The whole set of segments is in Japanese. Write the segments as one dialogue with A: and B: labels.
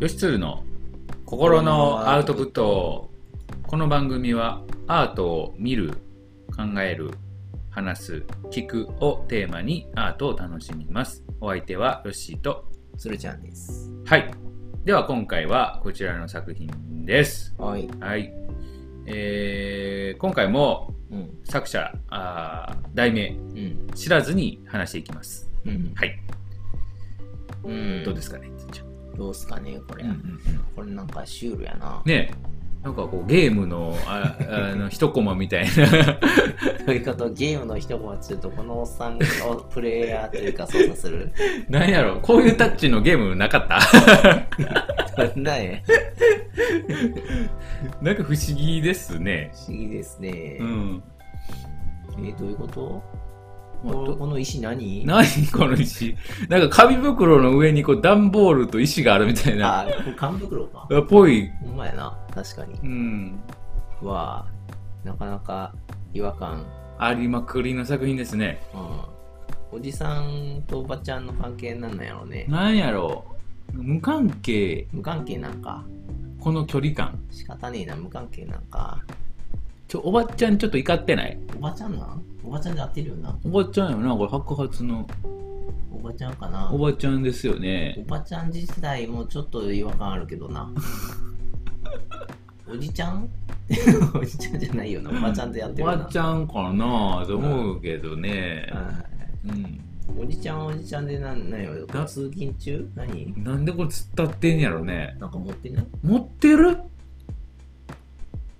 A: 吉鶴の心のアウトプットこの番組はアートを見る考える話す聞くをテーマにアートを楽しみますお相手はヨッシーと
B: するちゃんです。
A: はいでは今回はこちらの作品です
B: はい。
A: はいえー今回も
B: うん。
A: 作者あー題名
B: うん。
A: 知らずに話していきます
B: うん。
A: はい
B: うん。
A: どうですすかねつーちゃん
B: どうすかね、これ、これなんかシュールや な。
A: ねえなんかこうゲームのあ あの一コマみたいな
B: ということ、ゲームの一コマ中とこのおっさんをプレイヤーというか操作する。
A: なんやろこういうタッチのゲームなかった
B: なんだね。
A: なんか不思議ですね
B: 不思議ですね。
A: うん、
B: えーどういうこと
A: まあ
B: この
A: ど
B: この石何
A: 何この石なんか紙袋の上にこう段ボールと石があるみたいな
B: あ、これ缶袋か。
A: っぽい、
B: ほんまやな。確かに
A: う。ん、
B: わあ、なかなか違和感。
A: ありまくりの作品ですね
B: うん。おじさんとおばちゃんの関係なんなんやろうね。
A: なんやろ無関係
B: 無関係なんか。
A: この距離感
B: 仕方ねえな、無関係なんか。
A: ちょおばちゃんちょっと怒ってない
B: おばちゃんなんおばちゃんで合ってるよな。
A: おばちゃんよなこれ白髪の
B: おばちゃんかな
A: おばちゃんですよね
B: おばちゃん自体もちょっと違和感あるけ どな。おじちゃん おじちゃんじゃないよな。おばちゃんでやって
A: お
B: るよ
A: ば
B: な。
A: ちゃんかなと思うけどね、うん
B: うんおじちゃんはおじちゃんでなんなんよ。
A: だ
B: 通勤中何
A: なんでこれ突っ立ってんやろね
B: なんか持ってない
A: 持ってる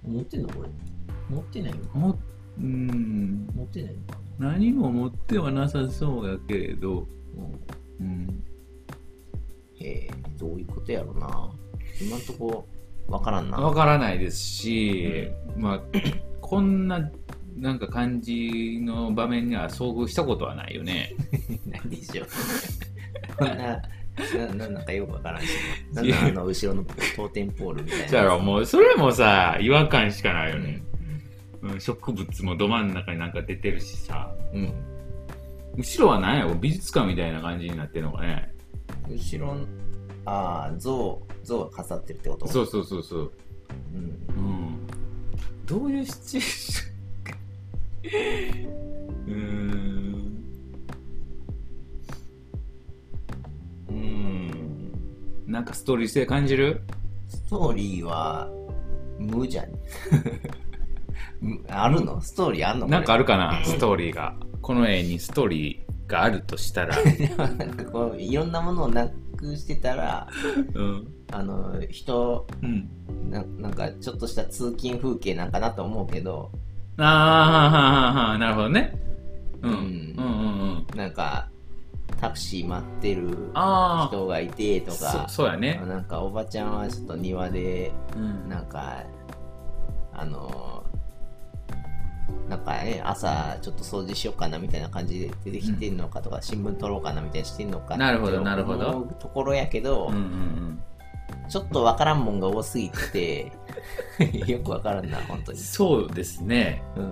B: 持ってんのこれ。持ってないの
A: もうん
B: 持ってないのか。
A: 何も持ってはなさそうやけれど、
B: うん
A: うん、
B: えー、どういうことやろな。今んとこわからんな。
A: 分からないですし、まあ こんななんか感じの場面には遭遇したことはないよ ね。
B: ないでしょ。こんな、なななんかよくわからんし。なんだあの後ろの当店ポールみたいな。
A: じゃあもうそれもさ違和感しかないよ
B: う
A: ね
B: ん、。
A: うん、植物もど真ん中になんか出てるしさ
B: うん。
A: 後ろは何やろ美術館みたいな感じになってるのかね
B: 後ろの、ああ、像、像が飾ってるってこと。
A: そううそうそうそう、
B: うん。
A: うん、どういうシチュエーションうーん
B: うん。
A: なんかストーリー性感じる
B: ストーリーは、無じゃ ん。むあるのストーリーあるの
A: なんかあ
B: る。
A: るかなストーリーが。この絵にストーリーがあるとした ら。
B: なんかこう、いろんなものをなくしてたら、
A: うん。
B: あの、人、
A: うん。
B: ななんかちょっとした通勤風景なんかなと思うけど、
A: あーはーはーはーなるほどね。うん。う
B: うん
A: んうんうん。
B: なんかタクシー待ってる
A: あ
B: 人がいてと
A: あ。
B: か
A: そそうやね。
B: なんかおばちゃんはちょっと庭で
A: うん。
B: なんかあのーなんかね朝ちょっと掃除しようかなみたいな感じで出てきてんのかとか、新聞取ろうかなみたいにしてんのか
A: なるほど
B: って
A: なるほど
B: 思うところやけど、
A: うんうんうん
B: ちょっとわからんもんが多すぎて よくわからんな本当に、
A: そうですね。
B: う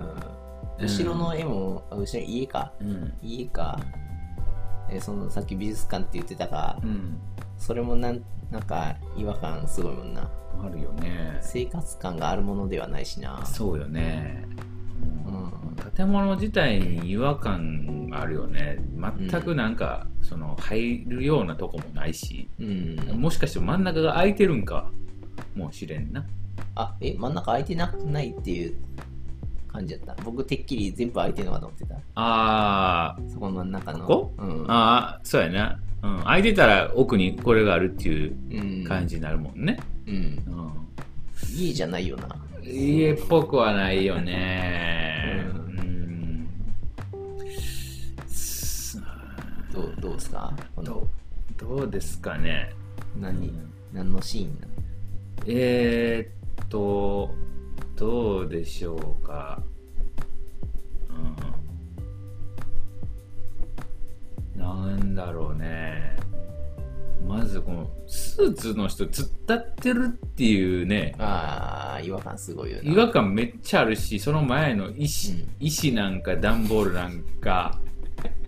B: ん、後ろの絵もあ後ろ家か
A: うん。
B: 家かえそのさっき美術館って言ってたが
A: うん。
B: それもなんなんか違和感すごいもんな
A: あるよね。
B: 生活感があるものではないしな
A: そうよね。
B: うん
A: 建物自体に違和感あるよね全くなんか、その入るようなとこもないし、
B: うん
A: もしかして真ん中が空いてるんかもしれんな。
B: あえ真ん中空いてなくないっていう感じだった僕てっきり全部空いてるのかと思ってた
A: あー
B: そこの真ん中の
A: こ
B: うん
A: あー、そうやな。うん、空いてたら奥にこれがあるっていう
B: うん
A: 感じになるもんね。
B: うん
A: うん、
B: 家じゃないよな
A: 家っぽくはないよね。う
B: うん
A: ん。さあ
B: どうどうすかこ
A: ど
B: の
A: うどうですかね。
B: 何
A: うん
B: 何のシーンなの
A: えー、っと、どうでしょうか。うん。なんだろうね。まずこのスーツの人突っ立ってるっていうね、
B: あー違和感すごいよな
A: 違和感めっちゃあるし、その前の石,、
B: うん
A: 石なんか段ボールなんか、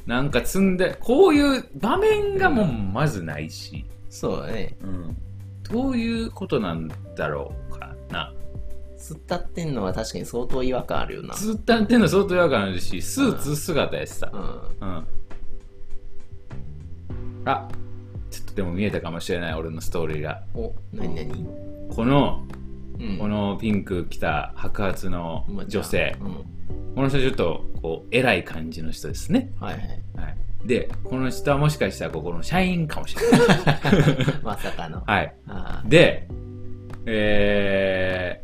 A: なんか積んで、こういう場面がもうまずないし。
B: そうだね
A: うんどういうことなんだろうかな
B: 突っ立ってんのは確かに相当違和感あるよな。
A: ずっとやってんの相当違和感あるしスーツ姿やしさ
B: うん。
A: うんあちょっとでも見えたかもしれない俺のストーリーが
B: お、なになに
A: この
B: うん。
A: このピンク着た白髪の
B: まあ
A: 女性
B: うん。
A: この人ちょっとこう偉い感じの人ですね
B: はい はい。
A: はいでこの人はもしかしたらここの社員かもしれない
B: まさかの。
A: はい
B: ああ。
A: でえ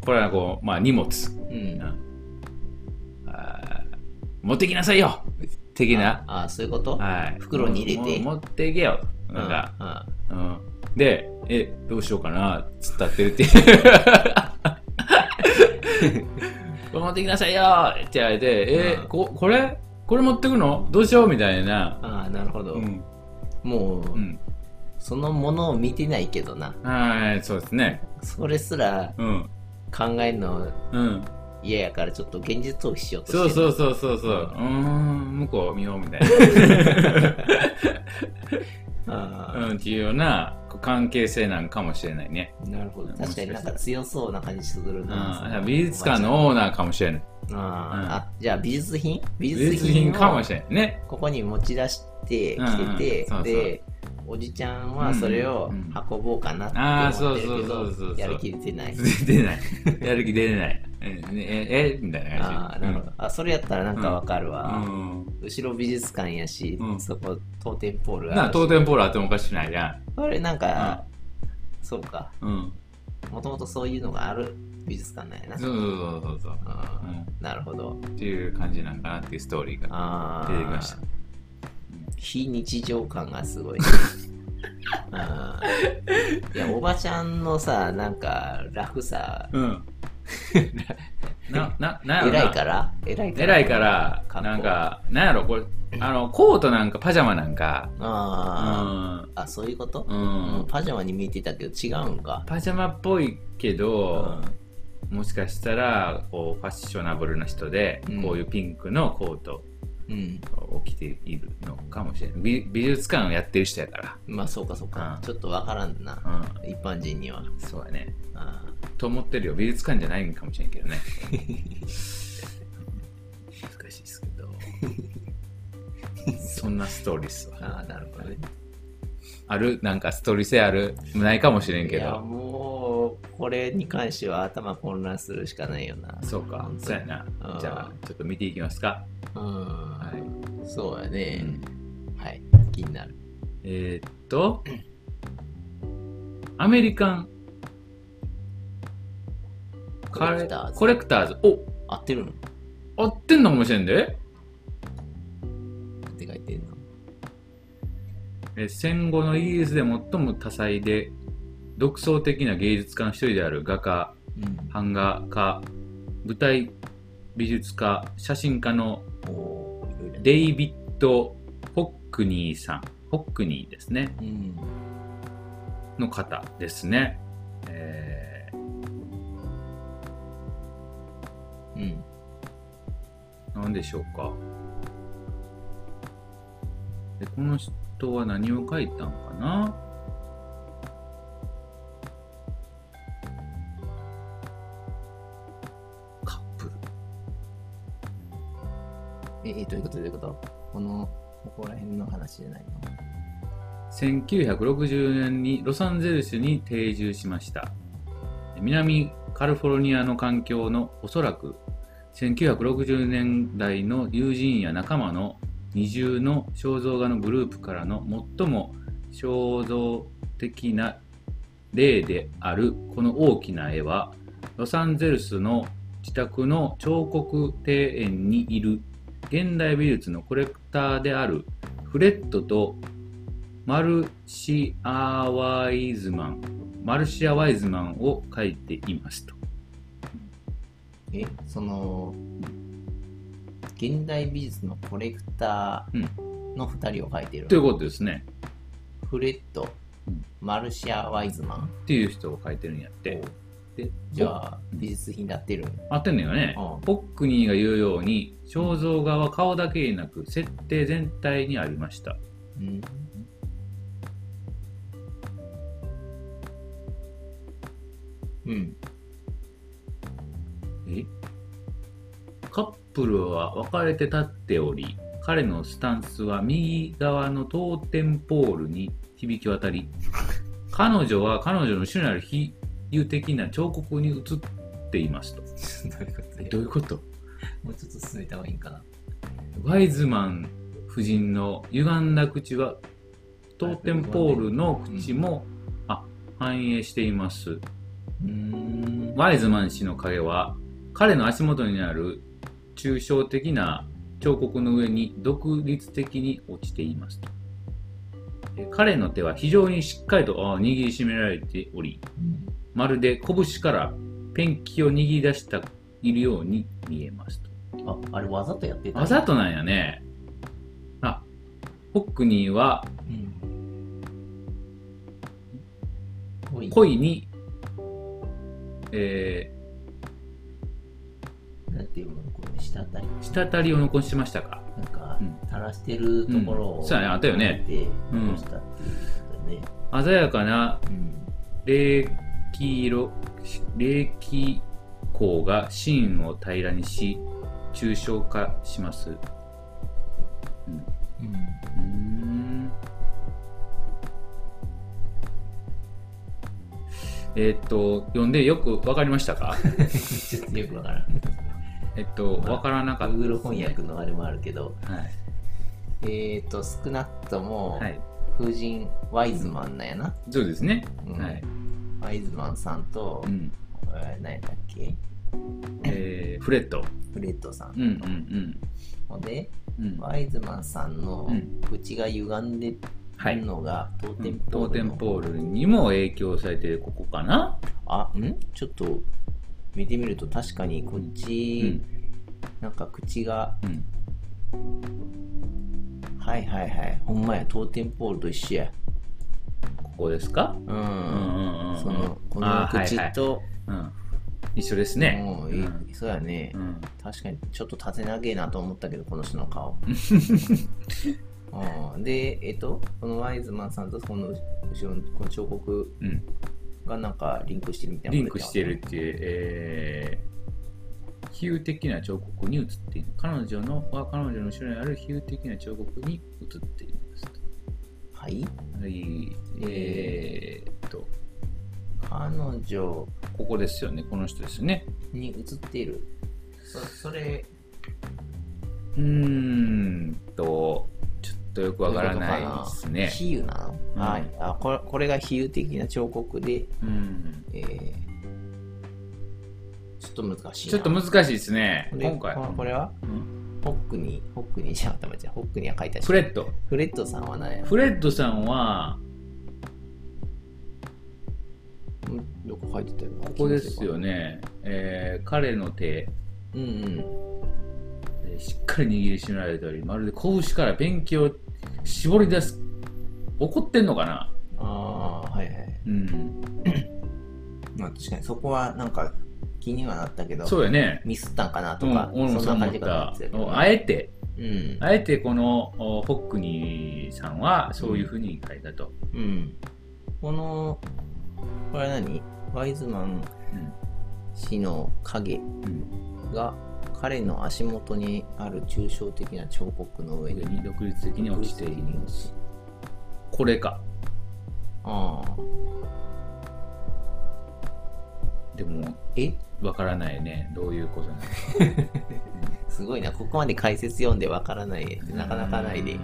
A: ー、これはこうまあ荷物
B: うん。
A: あー持ってきなさいよ的な、
B: ああ、そういうこと
A: はい、
B: 袋に入れて
A: もも持っていけよなんか、
B: あ
A: うんでえどうしようかなつったってる っていうこれ持ってきなさいよって言われてえ
B: うん
A: ここれこれ持ってくのどうしようみたいな
B: あああ、なるほど。
A: うん、
B: もう、
A: うん、
B: そのものを見てないけどな。
A: はいそうですね
B: それすら
A: うん
B: 考えるの
A: うん
B: 嫌やから、ちょっと現実逃避しようとして。
A: そうそううそうそうそううーん向こう見ようみたいな
B: あ
A: うん、っていうようなこう関係性なんかもしれないね。
B: あ、なるほど。確かになんか強そうな感じする
A: うん、
B: な。
A: 美術館のオーナーかもしれない。う
B: あ
A: ん
B: ああ、じゃあ美術品美
A: 美
B: 術
A: 術
B: 品
A: 品
B: を
A: かもしれないね。
B: ここに持ち出してきてて、
A: うんうんそうそう
B: でおじちゃんはそれを
A: うん
B: 運ぼうかな
A: あー
B: って思ってるけ
A: そうそうそうそう
B: どやる気出 てない
A: 出ない。やる気出ない。うんねえ、えみたいな感
B: あ
A: じ。
B: ーなるほど、あそれやったらなんかわかる
A: う
B: わ、
A: ん。うん
B: 後ろ美術館やし、
A: うん
B: そこ当店ポールがあ
A: な
B: るし
A: 当店ポールあってもおかしくないじゃん。
B: それなんか、そうか
A: うん。
B: もともとそういうのがある美術館なんやな
A: そうそうそうそう。
B: あ
A: う
B: ー
A: ん、
B: なるほど
A: っていう感じなんかなっていうストーリーが
B: あ
A: 出てきました
B: ー。非日常感がす ごい。あーいや、おばちゃんのさ、なんか、楽さ、
A: うん。 な、な、なんやろな
B: 偉いから偉いから
A: 偉いから、
B: 格好
A: なんか、なんやろ、これ、あの、コートなんかパジャマなんか、う
B: あ
A: ん。
B: ー、あ、そういうこと、
A: う
B: うんん、パジャマに見えてたけど違うんか。
A: パジャマっぽいけ
B: う
A: ど
B: ん、
A: もしかしたらこうファッショナブルな人で、
B: うん
A: こういうピンクのコート
B: うん。
A: を着ているのかもしれない美美術館をやってる人やか
B: まあ、そうかそうか。
A: うん
B: ちょっとわからんな。
A: ら、うん、
B: 一般人には。
A: そうやね
B: あ
A: と思ってるよ美術館じゃないんかもしれんけど ね難しいですけ どそんなストーリーっす
B: ー
A: わ
B: あー、なるほどね。
A: あるなんかストーリー性あるないかもしれん
B: い
A: け
B: や、
A: ど
B: もう、これに関しては頭混乱するしかないよな。
A: そうか
B: 本当に
A: そうやな
B: うん
A: じゃあちょっと見ていきますか、
B: うん。
A: はい
B: そうや
A: う
B: ね
A: ん、
B: はい。気になる。
A: えーっと、アメリカン
B: コレクターズ
A: コレクターズ。お
B: 合ってるの
A: 合ってんのかもしれんで。
B: って書いてんの
A: えー戦後のイギリスで最も多彩で独創的な芸術家の一人である画家、
B: うん
A: 版画家、舞台美術家、写真家の
B: おーいろいろね
A: デイビッド・ホックニーさん、ホックニーですね。
B: うん
A: の方ですね。え
B: うん
A: ー、何でしょうか。でこの人は何を書いたんかなカップル。
B: ええどういうことどういうことこのここら辺の話じゃないの
A: 1960年にロサンゼルスに定住しました南カリフォルニアの環境のおそらく1960年代の友人や仲間の二重の肖像画のグループからの最も肖像的な例であるこの大きな絵はロサンゼルスの自宅の彫刻庭園にいる現代美術のコレクターであるフレッドとマルシア・ワイズマン、マルシア・ワイズマンを書いていますと。
B: えその現代美術のコレクターの2人を描いてる、
A: ということですね。
B: フレッド
A: うん
B: マルシア・ワイズマン
A: っていう人を書いてるんやって。で
B: じゃあ美術品になってるん
A: 合ってんのよね。
B: あ
A: ホックニーが言うように、肖像画は顔だけでなく、設定全体にありました。
B: うんうん。
A: えカップルは別れて立っており彼のスタンスは右側の当店ポールに響き渡り彼女は彼女の後ろにある比喩的な彫刻に映っていますと
B: どういうこと
A: えどういうこと
B: もうちょっと進めた方がいいんかな。
A: ワイズマン夫人の歪んだ口は当店ポールの口も、あ反映しています
B: うーん。
A: ワイズマン氏の影は彼の足元にある抽象的な彫刻の上に独立的に落ちていますえ彼の手は非常にしっかりとあ握りしめられておりまるで拳からペンキを握り出しているように見えますと
B: あ、あれわざとやってた
A: わざとなんやねあホックニーは
B: うん。恋。
A: 恋にえー、
B: なんていうのこれ、下あたり。
A: 滴りを残しましたか
B: なんか
A: うん、
B: 垂らしてるところを、
A: うんそうやねあったよね。
B: で、
A: うん
B: どうしたっていうこと
A: 鮮やかな
B: だね。うん。
A: 冷気色冷気光がシーンを平らにし抽象化しますう
B: うん。
A: ーんえっと読んでよく分かりました か
B: ちょっとよくわからん。
A: えっと
B: まあ
A: 分からなかったです
B: Google 翻訳のあれもあるけど、
A: はい
B: えーと、少なくとも、
A: はい
B: 風神ワイズマンなんやな。
A: そうですね
B: うん
A: はい
B: ワイズマンさんと
A: う、ん
B: えー何やったっけ
A: えーフレット
B: フレットさん
A: うん
B: と。
A: うん
B: ほんで、
A: うんうん
B: ワイズマンさんの
A: うん
B: 口が歪んで
A: はい
B: るのが、当店ポ
A: 当
B: ール
A: 店
B: の。
A: ポールにも影響されてここかな、
B: あ、んちょっと見てみると確かにこっ
A: う
B: ち、
A: ん
B: なんか口が、
A: うん、
B: はいはいはい、ほんまや、当店ポールと一緒や。
A: ここですか、
B: う。
A: うんんうん
B: その、こ
A: あ
B: の
A: ーはい
B: 口
A: はい
B: と、
A: うん、一緒ですね
B: もういいそうやね、
A: うんうん
B: 確かにちょっと縦長えなと思ったけどこの人 の顔うんでえっとこのワイズマンさんとこの後ろのこの彫刻
A: うん
B: がなんかリンクしてるみたいな
A: リンクしてるっていう、えー比喩的な彫刻に映っている彼女のは彼女の後ろにある比喩的な彫刻に映っています
B: はい
A: はいえー、っと
B: 彼女
A: ここですよねこの人ですね
B: に映っているそそれ
A: うーんとちょっとよくわからないですね
B: 比喩なの、
A: うん
B: はいあこれこれが比喩的な彫刻で、
A: うん
B: えーちょっと難しいな
A: ちょっと難しいですね。
B: これ
A: 今回。
B: ここれは、
A: うん
B: ホックにホックにじゃあ頭じゃホックには書いたし
A: フレッド。
B: フレットさんは何や
A: フレッドさんは、
B: うんどこ書いてたよな
A: ここですよね。えー彼の手、
B: うんうん
A: えーしっかり握りしめられており、まるで拳からペンキを絞り出す。怒ってんのかな
B: ああはいはい
A: うん。
B: まあ確かにそこはなんか気にはなったけど
A: そうよね。
B: ミスったんかな
A: う
B: と
A: ん、
B: か、
A: 俺もそう
B: そん
A: 思
B: な感
A: っ
B: じかな
A: た
B: ってたけ。ど
A: お
B: な
A: あえて、
B: うん
A: あえてこのおホックニーさんはそういうふうに書いたと。
B: うんこのこれは何ワイズマン氏の影
A: うん。うん
B: が彼の足元にある抽象的な彫刻の上
A: 上
B: に
A: に独立的に落ちています。これか。
B: ああ
A: でも、
B: え
A: わからないね。どういうことなのか。
B: すごいなここまで解説読んでわからないってなかなかないで、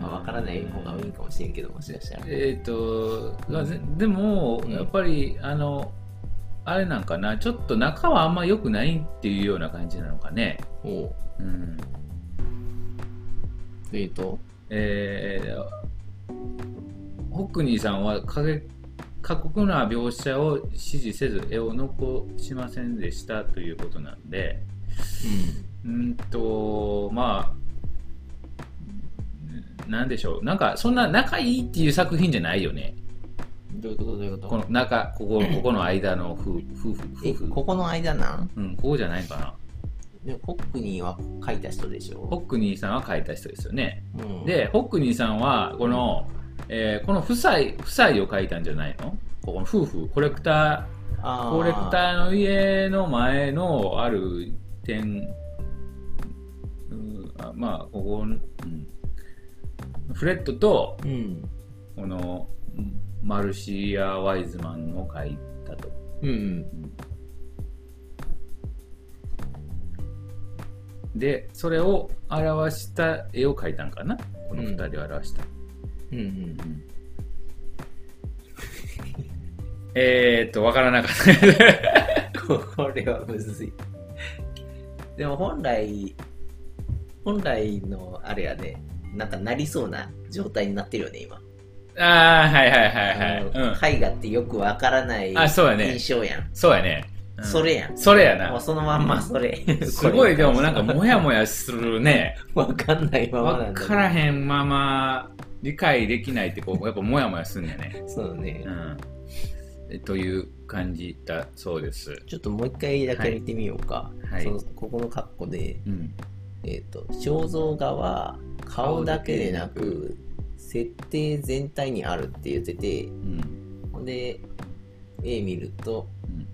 B: まあ、わからない方がいいかもしれんけどもしかしたら
A: えっ、と、まあぜでも、
B: うん
A: やっぱりあのあれなんかなちょっと中はあんま良くないっていうような感じなのかね、
B: おう
A: うん
B: というと
A: えーホックニーさんは過激過酷な描写を支持せず絵を残しませんでしたということなんでうーんとまあうんなんでしょうなんかそんな仲いいっていう作品じゃないよね
B: どういうことどういうこと
A: この中ここここの間の夫夫婦
B: え
A: 夫婦
B: ここの間なん
A: うん、ここじゃないかな
B: でホックニーは書いた人でし
A: ホ
B: ょ、
A: ックニーさんは書いた人ですよね、
B: うん、
A: でホックニーさんはこの、えーこの夫妻夫妻を書いたんじゃないのこの夫婦コレクター
B: あ
A: コレクターの家の前のある店うんあまあここ、うん、フレットと
B: ーうん
A: このうんマルシア・ワイズマンを書いたと
B: うん
A: でそれを表した絵を描いたんかなこの2人で表した、
B: うんうん
A: えー、っとわからなかった
B: こ これはむずい。でも本来、本来のあれやね、なんかなりそうな状態になってるよね、今。
A: ああはいはいはい
B: あの
A: はい、
B: 絵画ってよくわからない
A: うん、あそうやね
B: 印象やん。
A: そうやね、うん
B: それやん。
A: それや
B: もう
A: な
B: そのまんまそれ。
A: すごいでもなんかモヤ
B: や。
A: モヤするね
B: わかんないままな
A: わ
B: んだ、ね。
A: からへんまま理解できないってこうやっぱモヤモヤすんねんね、
B: そうね。
A: うんえ、という感じだそうです、
B: ちょっともう一回だけ見てみようか。
A: はい
B: そのここの括弧で、
A: うん、
B: えっ、と、肖像画は顔だけでなく、設定全体にあるって言ってて、
A: うん
B: ほんで、絵見ると、
A: うん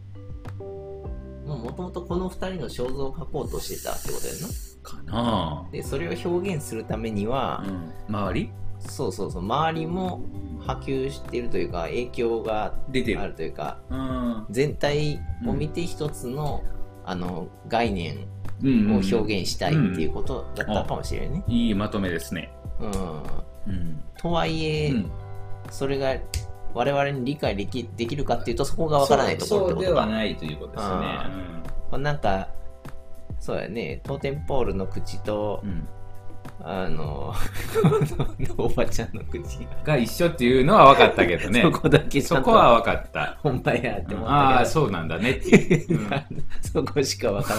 B: もともとこの2人の肖像を描こうとしてたってことやな。
A: かな
B: で、それを表現するためには、
A: うん、周り
B: そうそうそう、周りも波及してるというか、影響が
A: 出て
B: あ
A: る
B: るというか、
A: うん
B: 全体を見て一つの、あの、概念
A: うん
B: を表現したいっていうことだったかもしれないね。
A: いいまとめですね
B: うん。
A: うん、
B: とはいえ、
A: うん
B: それが我々に理解できできるかっていうと、そこがわからないところって
A: そう
B: こ
A: そうで
B: と
A: は
B: か。
A: ないということですね
B: あまあ、なんか、そうやね、トーテンポールの口と
A: う、ん
B: あの、 おばちゃんの口が、
A: が一緒っていうのは分かったけどね
B: そこだけちゃ
A: そ
B: ん、
A: ことは分かった
B: ほんまやって思ったけど、
A: ああーそうなんだねっていう
B: そこしかわか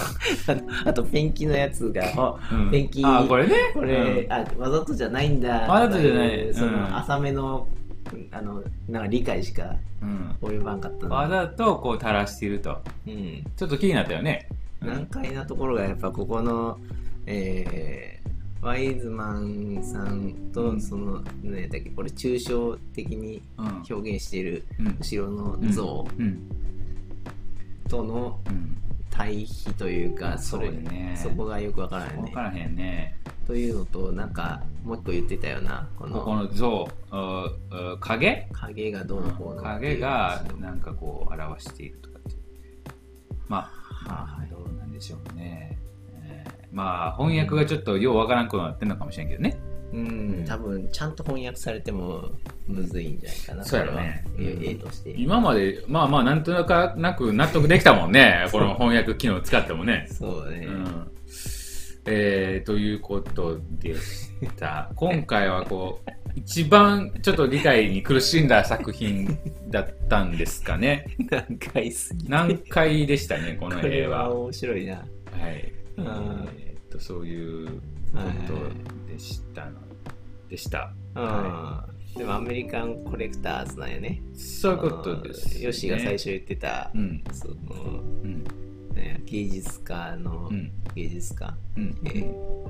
B: らん。あと、あとペンキのやつが、あ
A: うん
B: ペンキ
A: あーこれね
B: これ、
A: うん
B: あ、わざとじゃないんだ。
A: わざとじゃない
B: ってうそ
A: うん
B: の、浅めの、あの、なんか理解しか
A: うん
B: 及ばんかったな
A: わざとこう垂らしていると
B: うん。
A: ちょっと気になったよねうん
B: 難解なところがやっぱここの、えーワイズマンさん
A: うん
B: とその、ねだっけこれ抽象的に
A: うん
B: 表現している
A: うん
B: 後ろの像
A: うん
B: との
A: うん
B: 対比というかそれ
A: そうだね
B: そこがよくわからない
A: 分
B: ね
A: からへんね
B: というのとなんかもう一個言ってたよなこ
A: ここ
B: の
A: の像ああ影
B: 影がどうのこうのって
A: 影
B: いう
A: が
B: 話
A: なんかこう表しているとかっていうまあ、
B: は
A: どうなんでしょうね、えーまあ翻訳がちょっとようわからんくなってんのかもしれんけどね
B: うん多分ちゃんと翻訳されてもむずいんじゃないかな
A: そうやろね
B: これは絵絵として
A: 今までまあまあなんとなくなく納得できたもん ねこの翻訳機能使ってもね、
B: そうだ
A: う
B: ね、
A: んえーということで した今回はこう一番ちょっと理解に苦しんだ作品だったんですかね
B: 難解すぎ
A: 難解でしたねこの
B: こ
A: 映
B: れ
A: 画
B: は面白いな。
A: はい、え
B: うん
A: ーっとそういうことでしたの、でしたは
B: うん。でもアメリカンコレクターズなんやね。
A: そういうことです、
B: あのヨシが最初言ってた
A: う、ん
B: その、
A: うん
B: ね芸術家の、
A: うん
B: 芸術家、
A: うん
B: えー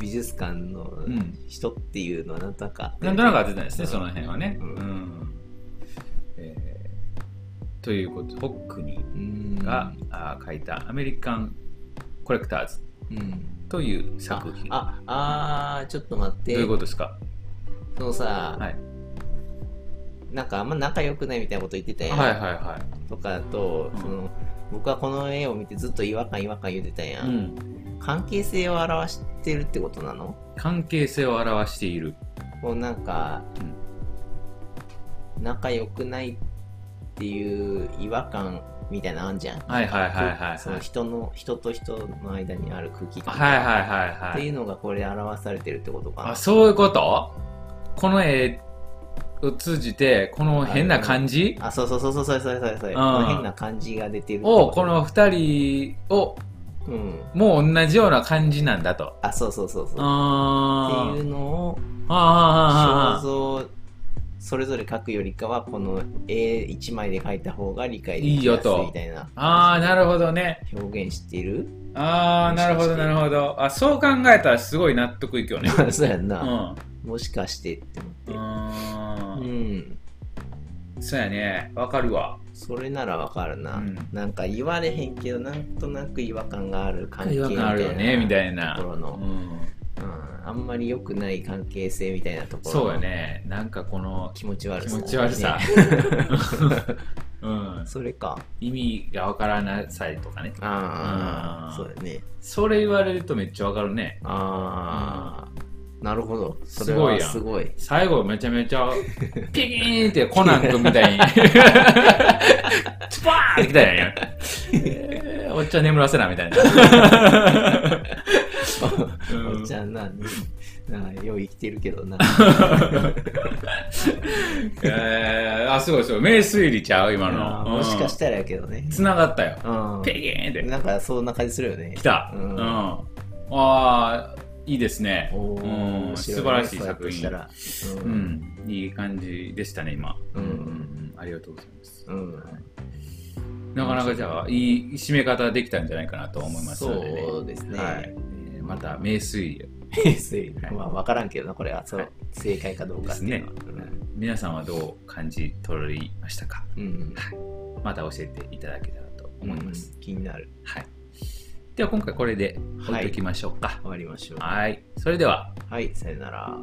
B: 美術館の
A: うん
B: 人っていうのはなんとなくあって
A: なんとなく当てたんですね、
B: うん
A: その辺はね、う
B: うんん
A: えーということホックニ
B: うん
A: ーが、あー書いた「アメリカン・コレクターズ
B: うん」
A: という作品ど
B: ああーちょっと待っ
A: う
B: て
A: いうことですか
B: そのさ、
A: はい
B: なんかあんま仲良くないみたいなこと言ってた
A: はい
B: やん、
A: はいは
B: とかだと、
A: うん
B: その僕はこの絵を見てずっと違和感違和感言ってたや
A: い、うん、
B: 関係性を表してるってことなの
A: 関係性を表している
B: もうなんか、仲良くないっていう違和感みたいなのあんじゃん。
A: はいはいはいはいはい
B: その人の人と人の間にある空気感、
A: はいはいはいはい
B: っていうのがこれで表されてるってことかな。
A: あそういうことこの絵を通じてこの変な感じ
B: あそうそうそうそうそうそうそうそう。
A: ん
B: この変な感じが出てるって
A: を
B: と
A: この2人を
B: うん。
A: もう同じような感じなんだと。
B: あそうそうそうそう。っ
A: あ
B: ていうのを
A: あああ
B: 肖
A: あ
B: 像それぞれ描くよりかはこの絵一枚で描いた方が理解で
A: いい
B: き
A: よ
B: やす
A: と
B: いみたいな
A: ああなるほどね。
B: 表現してる。
A: ああなるほどなるほど。あそう考えたらすごい納得いくよね。
B: そうやん
A: う
B: な、
A: ん。
B: もしかしてって思って
A: う
B: うんん
A: そうやねわかるわ
B: それならわかるな、
A: うん
B: なんか言われへんけどなんとなく違和感がある関係
A: 違和感あるよねみたいな
B: ところ
A: う
B: の、
A: ん、
B: うんあんまり良くない関係性みたいなところの
A: そうやねなんかこの
B: 気持ち悪
A: 気
B: さ、
A: 持ち悪さ
B: ね、
A: うん、
B: それか
A: 意味がわからなさいとかね
B: ああ
A: あー
B: そうだね
A: それ言われるとめっちゃわかるね
B: ああなるほどそれ
A: すごい
B: は
A: やん
B: すごい
A: 最後めちゃめち ゃピキーンってコナン君みたいにスパーンってきたやんや、えーおっちゃん眠らせなみたいなうん
B: おっちゃんななよう生きてる けどな
A: えーあすごいすごい名推理ちゃう今
B: あ
A: の
B: ーもしかしてたらやけどね
A: つながったよ
B: うん
A: ピキーンって
B: なんかそんな感じするよね
A: きた、う
B: うんん
A: ああいいですね、
B: おー
A: うん、
B: 面
A: 素
B: 白
A: 晴
B: ね
A: らしい
B: そうやっ
A: 作
B: てし
A: 品
B: たら
A: う
B: うん
A: ん、いい感じでしたね今、
B: うん
A: んありがとうございます
B: うん
A: なかなかじゃあいい締め方できたんじゃないかなと思いますのでね
B: そうですね
A: はいえーまた名推理 はい
B: まあ分からんけどなこれはそう
A: はい
B: 正解かどう
A: で
B: かっ
A: す
B: てい
A: ね
B: うのは
A: 皆さんはどう感じ取りましたか
B: うんうん
A: また教えていただけたらと思います、
B: うん気になる
A: はい、では今回これで置いときましょうか
B: 終わりましょう
A: はいそれでは
B: はいさよなら